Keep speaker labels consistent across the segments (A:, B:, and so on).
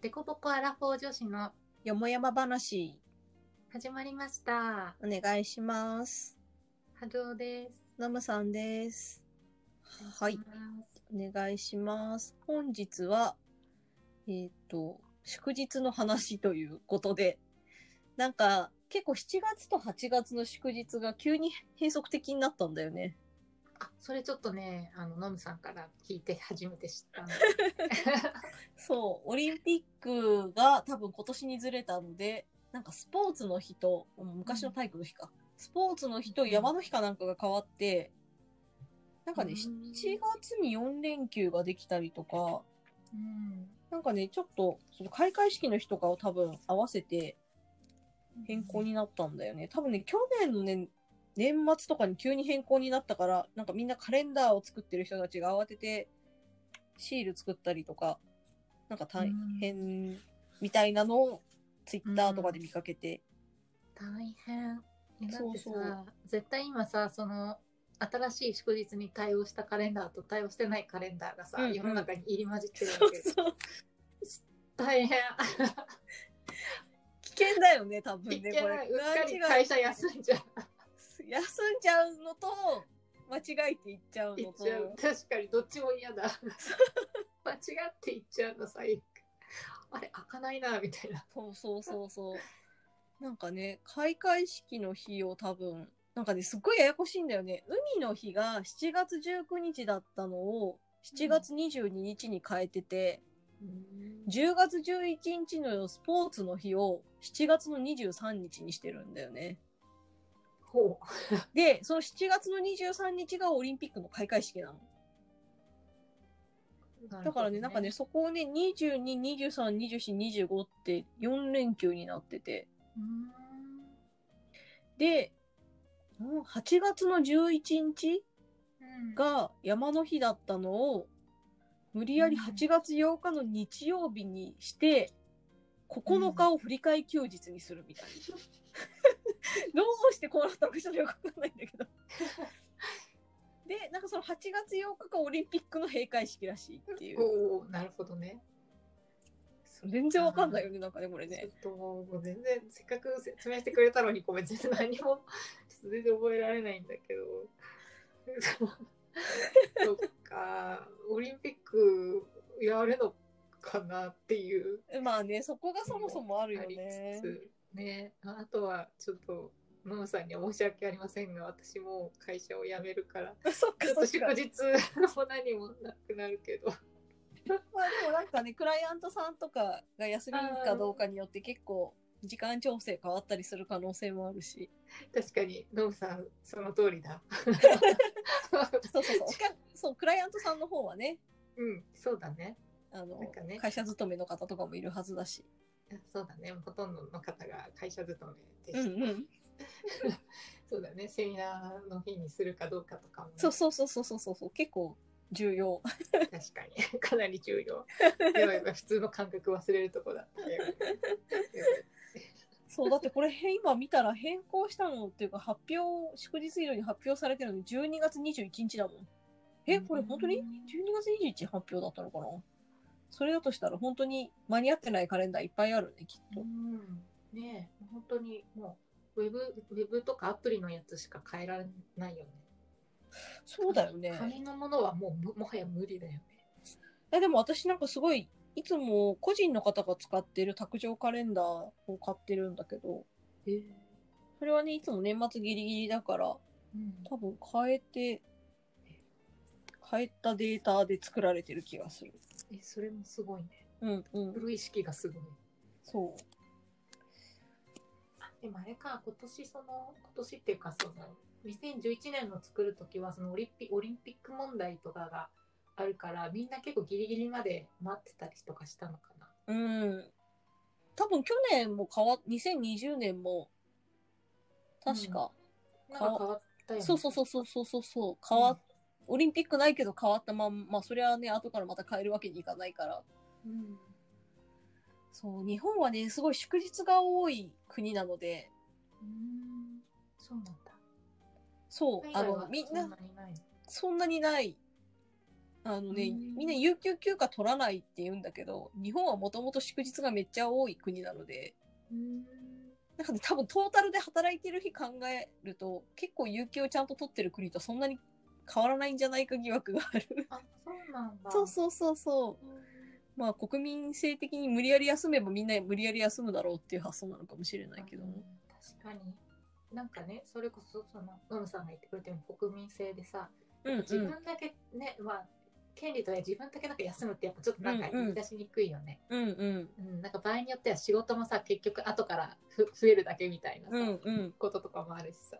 A: デコボコアラフォー女子の
B: よもやま話、
A: 始まりました。
B: お願いします。
A: 波動です。
B: ナムさんです。はい。お願いします。本日は、えっ、と、祝日の話ということで、なんか、結構7月と8月の祝日が急に変則的になったんだよね。
A: あ、それちょっとね、あの、ノムさんから聞いて初めて知ったんで。
B: そう、オリンピックが多分今年にずれたので、なんかスポーツの日と、うん昔の体育の日か、スポーツの日と山の日かなんかが変わって、なんかね、7月に4連休ができたりとか、
A: うん。
B: なんかね、ちょっと、その開会式の日とかを多分合わせて 変更になったんだよね。多分ね、去年のね、年末とかに急に変更になったから、なんかみんなカレンダーを作ってる人たちが慌ててシール作ったりとか、なんか大変みたいなのをツイッターとかで見かけて、
A: 大変。えだってさ
B: そうそう
A: 絶対今さ、その、新しい祝日に対応したカレンダーと対応してないカレンダーがさ、
B: うんうん
A: 世の中に入り混じってるわ
B: そう
A: けです。
B: そう、
A: 大変。
B: 危険だよね、多分
A: い
B: ね、
A: け
B: こ
A: な
B: れ
A: い。うっかり。
B: 勘違い
A: 会社休んじゃう。
B: 休んじゃうのと、間違えていっちゃう
A: 行
B: の
A: っ
B: と
A: ち。ゃう 確かにどっちも 嫌だ間違って行っちゃうの最悪あれ開かないなみたいな
B: そうそうそうそう。なんかね、開会式の日を多分、なんかね、すっごいややこしいんだよね。海の日が7月19日だったのを、7月22日に変えてて、10月11日のスポーツの日を7月の23日にしてるんだよね。
A: ほう
B: で、その7月の23日がオリンピックの開会式なの。だからね、なんかね、そこをね、22、23、24、25って4連休になってて。
A: うーん
B: で、うん8月の11日
A: うん
B: が山の日だったのを、無理やり
A: うん
B: 8月8日の日曜日にして、9日を振り替え休日にするみたいな。 どうしてこうなったのかちょっとよくわかんないんだけど。で、なんかその8月8日がオリンピックの閉会式らしいっていう。
A: おおなるほどね
B: 全然わかんないよね、なんかね、これ
A: ちょ
B: ね。
A: っともう全然せっかく説明してくれたのにごめん全然何もちょっと全然覚えられないんだけ どそっかオリンピックやるのかなっていう
B: まあね、そこがそもそもあるよね
A: あり。つつねあとはちょっとノムさんには申し訳ありませんが私もう会社を辞めるから
B: そっか
A: ちょっ
B: そ
A: と
B: っか
A: 祝。日も何もなくなるけど
B: まあでもなんかね、クライアントさんとかが休みかどうかによって結構時間調整変わったりする可能性もあるし。
A: 確かにノムさんその通り だ
B: そうそうそう。お客そう、クライアントさんの方はね、
A: うんそうだね
B: あの、
A: なんかね
B: 会社勤めの方とかもいるはずだし。
A: そうだねほとんどの方が会社勤め
B: う
A: で
B: ん
A: す、
B: うん。
A: そうだねセミナーの日にするかどうかとかもね、
B: そうそうそうそうそうそう。結構重要。
A: 確かに かなり重要やばいやばい普通の感覚忘れるとこだ ったやばいやばい
B: そう、だってこれへ今見たら変更したのっていうか発表、祝日以上に発表されてるの12月21日だもん。え、これ本当に ?12 月21日発表だったのかなそれだとしたら本当に間に合ってないカレンダーいっぱいあるね、きっと。
A: うん、ねえ本当にもうウェブウェブとかアプリのやつしか変えられないよね。
B: そうだよね。
A: 紙のものはもうむもはや無理だよね。
B: えでも私なんかすごいいつも個人の方が使ってる卓上カレンダーを買ってるんだけどそれはねいつも年末ギリギリだから
A: うん、
B: 多分変えて変えたデータで作られてる気がする
A: えそれもすごいね。
B: うんうん
A: プロ意識がすごい。
B: そ
A: でもあれか今年その今年っていうかその2011年の作る時はそのオリンピオリンピック問題とかがあるからみんな結構ギリギリまで待ってたりとかしたのかな。
B: ううん多分去年も変わっ2020年も確か、
A: なんか変わったよね。
B: そうそうそうそうそうそうそう変わっ、オリンピックないけど変わったまんまあそれはね後からまた変えるわけにいかないから
A: うん。
B: そう、日本はね、すごい祝日が多い国なので、
A: うん。そうなんだ。
B: そう、あ
A: 海外
B: の
A: は、
B: みん
A: そ
B: な
A: なにないの
B: そんなにないあのね、
A: うん
B: みんな有給休暇取らないって言うんだけど、日本はもともと祝日がめっちゃ多い国なので、
A: うん
B: なんかね、多分トータルで働いてる日考えると、結構有給をちゃんと取ってる国とそんなに変わらないんじゃないか疑惑がある。
A: あそうなんだ
B: そうそうそうそうう。
A: ん
B: まあ国民性的に無理やり休めばみんな無理やり休むだろうっていう発想なのかもしれないけど。
A: うん確かになんかねそれこそそのノムさんが言ってくれてる国民性でさ
B: うんう
A: 自
B: ん。
A: 分だけね、まあ権利とはいえ自分だけなんか休むってやっぱちょっとなんか
B: うんうん
A: 言い出しにくいよね、
B: うんうん。
A: うんなんか場合によっては仕事もさ結局後からふ増えるだけみたいなさ、
B: うんうん。
A: こととかもあるしさ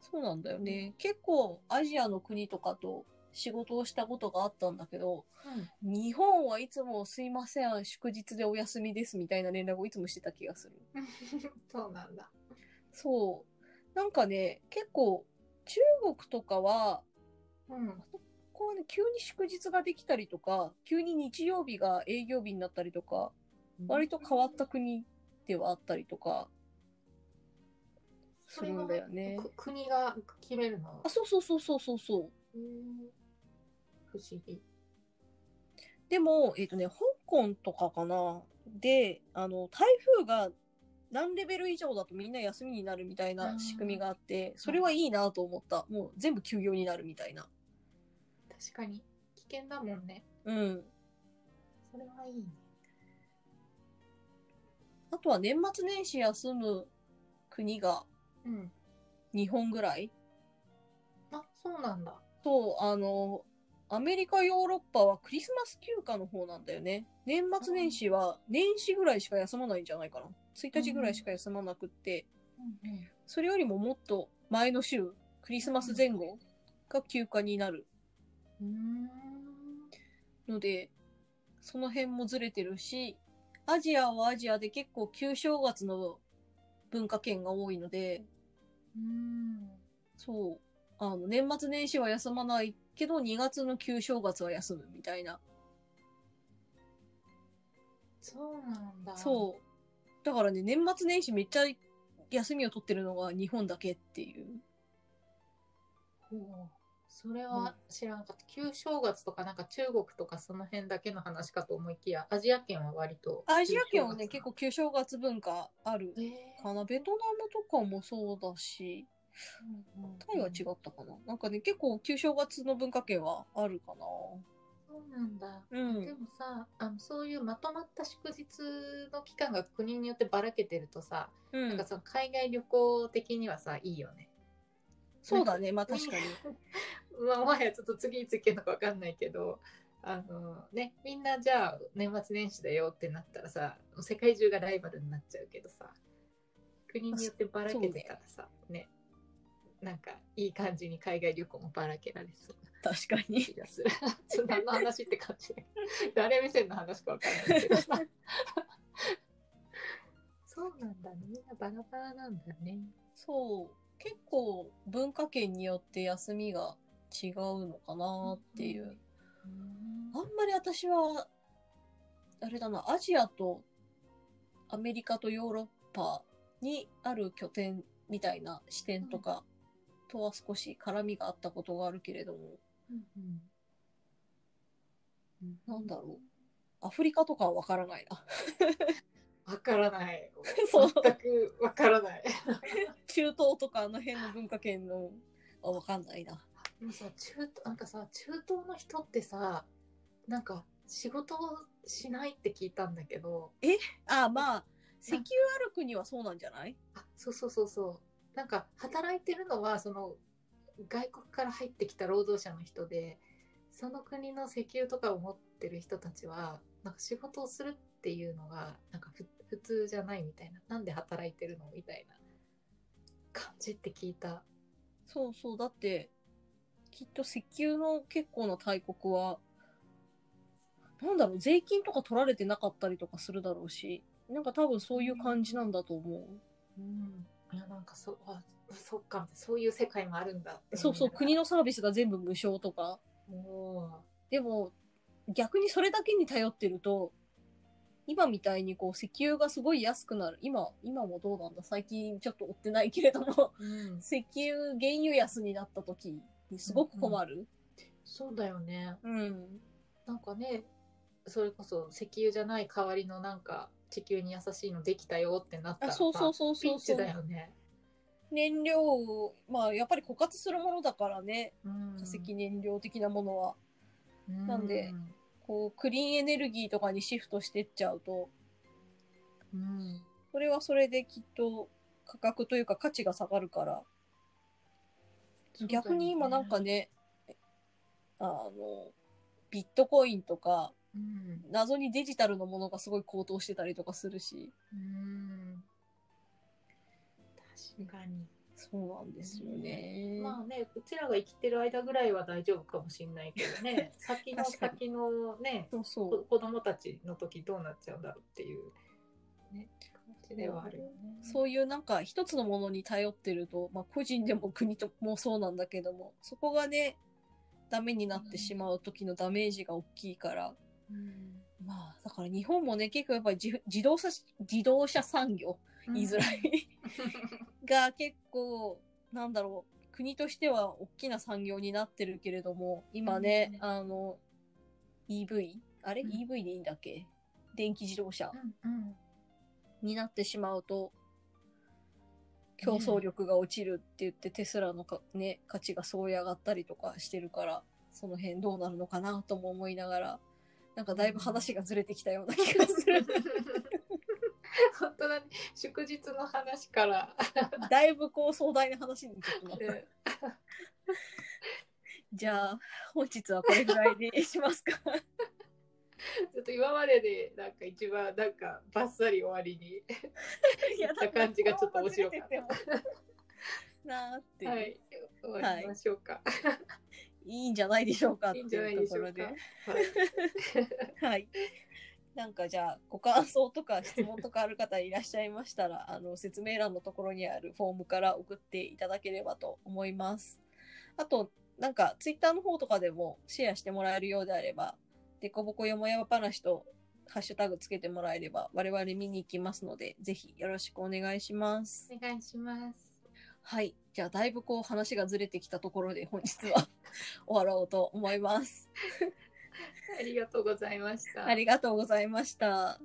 B: そうなんだよね。結構アジアの国とかと仕事をしたことがあったんだけど、日本はいつもすいません、祝日でお休みですみたいな連絡をいつもしてた気がする。
A: そうなんだ
B: そう。なんかね、結構中国とかは、
A: うん
B: こうね、急に祝日ができたりとか、急に日曜日が営業日になったりとか、割と変わった国ではあったりとかす
A: それ
B: る
A: も
B: んだよね。
A: く国が決めるの
B: あ、そうそうそうそうそうそ
A: う
B: う。
A: ん不思議
B: でも、えっ、とね、香港とかかな。で、あの、台風が何レベル以上だとみんな休みになるみたいな仕組みがあって、それはいいなと思った。もう全部休業になるみたいな。
A: 確かに危険だもんね
B: うん。
A: それはいいね
B: あとは年末年始休む国が
A: うん
B: 日本ぐらい
A: あそうなんだ
B: と、あの、アメリカ、ヨーロッパはクリスマス休暇の方なんだよね。年末年始は年始ぐらいしか休まないんじゃないかな。1日ぐらいしか休まなくって、
A: うんうん
B: それよりももっと前の週、クリスマス前後が休暇になる
A: うーん
B: ので、その辺もずれてるし、アジアはアジアで結構旧正月の文化圏が多いので、
A: うん
B: そう、あの、年末年始は休まないけど、2月の旧正月は休むみたいな。
A: そうなんだ
B: そう。だからね、年末年始めっちゃ休みを取ってるのが日本だけっていう。
A: ほうそれは知らんかった、旧正月とかなんか中国とかその辺だけの話かと思いきやアジア圏は割と
B: アジア圏はね、
A: 旧正
B: 結構旧正月文化ある
A: 月なえー
B: かな。ベトナムとかもそうだし、
A: うんうんうん
B: タイは違ったかな、なんかね、結構旧正月の文化圏はあるか
A: そうなんだ
B: な。う
A: で
B: ん。
A: もさあのそういうまとまった祝日の期間が国によってばらけてるとさ、
B: う
A: なん
B: ん
A: か、その海外旅行的にはさいいよね。
B: そうだね、まあ確かに。
A: まあ、もはやちょっと次いつ行けるのか分かんないけどあの、ね、みんなじゃあ年末年始だよってなったらさ世界中がライバルになっちゃうけどさ国によってばらけてたらさねなんかいい感じに海外旅行もばらけられそうな
B: 確かに。
A: 気がする ちょっと何の話って感じ 誰目線の話か分かんないけどさそうなんだねみんなバラバラなんだね
B: そう。結構文化圏によって休みが違うのかなっていう。あんまり私は、あれだな、アジアとアメリカとヨーロッパにある拠点みたいな視点とかとは少し絡みがあったことがあるけれども、なんだろアフリカとかはわからない な。
A: わからない。
B: そう
A: 全くわからない。
B: 中東とかあの辺の文化圏のあわかんないな。
A: もうさ、中東、なんかさ、中東の人ってさ、なんか仕事をしないって聞いたんだけど、
B: あまあ石油ある国はそうなんじゃない
A: あ、そうそうそうそう。なんか働いてるのは、その、外国から入ってきた労働者の人で、その国の石油とかを持ってる人たちは、なんか仕事をするっていうのが、なんかふ普通じゃないみたいな。なんで働いてるのみたいな感じって聞いた。
B: そうそうだってきっと石油の結構な大国はなんだろう税金とか取られてなかったりとかするだろうしなんか多分そういう感じなんだと思う。
A: うん、いやなんかそあそっかそういう世界もあるんだって
B: そうそう国
A: の
B: のサービスが全部無償とかでも逆にそれだけに頼ってると今みたいにこう石油がすごい安くなる今今もどうなんだ最近ちょっと追ってないけれども
A: うん、
B: 石油原油安になった時にすごく困る、
A: そうだよね。
B: うん。
A: なんかね、それこそ石油じゃない代わりのなんか地球に優しいのできたよってなった
B: あ、
A: ら
B: そうそう
A: さ
B: そう
A: ピ
B: そう
A: ン
B: そ
A: チ
B: う。
A: だよね。
B: 燃料を、まあ、やっぱり枯渇するものだからね、
A: うん
B: 化石燃料的なものは。
A: なん
B: で、こう、クリーンエネルギーとかにシフトしてっちゃうと、
A: うん、
B: それはそれできっと価格というか価値が下がるから、逆に今なんかね、あの、ビットコインとか、
A: うん、
B: 謎にデジタルのものがすごい高騰してたりとかするし、
A: うん、確かに、
B: そうなんですよね。
A: まあねうちらが生きてる間ぐらいは大丈夫かもしれないけど ね先の
B: 確かに
A: 先のね
B: そうそ
A: こ
B: う。
A: 子供たちの時どうなっちゃうんだろうっていうね感じではあるよね。
B: そういうなんか一つのものに頼ってると、まあ個人でも国ともそうなんだけども、そこがね、ダメになってしまう時のダメージが大きいから、
A: うん
B: まあだから日本もね、結構やっぱり自自動車、自動車産業、言いづらい、が結構、なんだろう、国としては大きな産業になってるけれども、今ね、
A: う
B: あの、EV? あれ、
A: うん
B: ?EV でいいんだっけ電気自動車
A: うんうん
B: になってしまうと、競争力が落ちるって言って、テスラのか、ね、価値がそう上がったりとかしてるから、その辺どうなるのかなとも思いながら、なんかだいぶ話がずれてきたような気が する。
A: 本当だね祝日の話から、
B: だいぶこう壮大な話になって きました
A: ね
B: じゃあ、本日はこれぐらいでしますか。
A: ちょっと今まででなんか一番なんかバッサリ終わりに
B: いや
A: った感じがちょっと面白かった
B: た。なあって、、
A: はいい、終わりましょうか。
B: いんじゃないでしょうかっ
A: い、
B: て
A: いんじゃない
B: い
A: で
B: う
A: し
B: と
A: ょ
B: こ
A: う
B: ろ
A: か。
B: で
A: は。
B: はい。なんかじゃあ、ご感想とか質問とかある方いらっしゃいましたら、あの、説明欄のところにあるフォームから送っていただければと思います。あと、なんか、ツイッターの方とかでもシェアしてもらえるようであれば、でこぼこよもやま話とハッシュタグつけてもらえれば、我々見に行きますので、ぜひよろしくお願いします。
A: い、お願いします。
B: はい。じゃあ、だいぶこう話がずれてきたところで、本日は 終わろうと思います。
A: ありがとうございました。
B: ありがとうございました。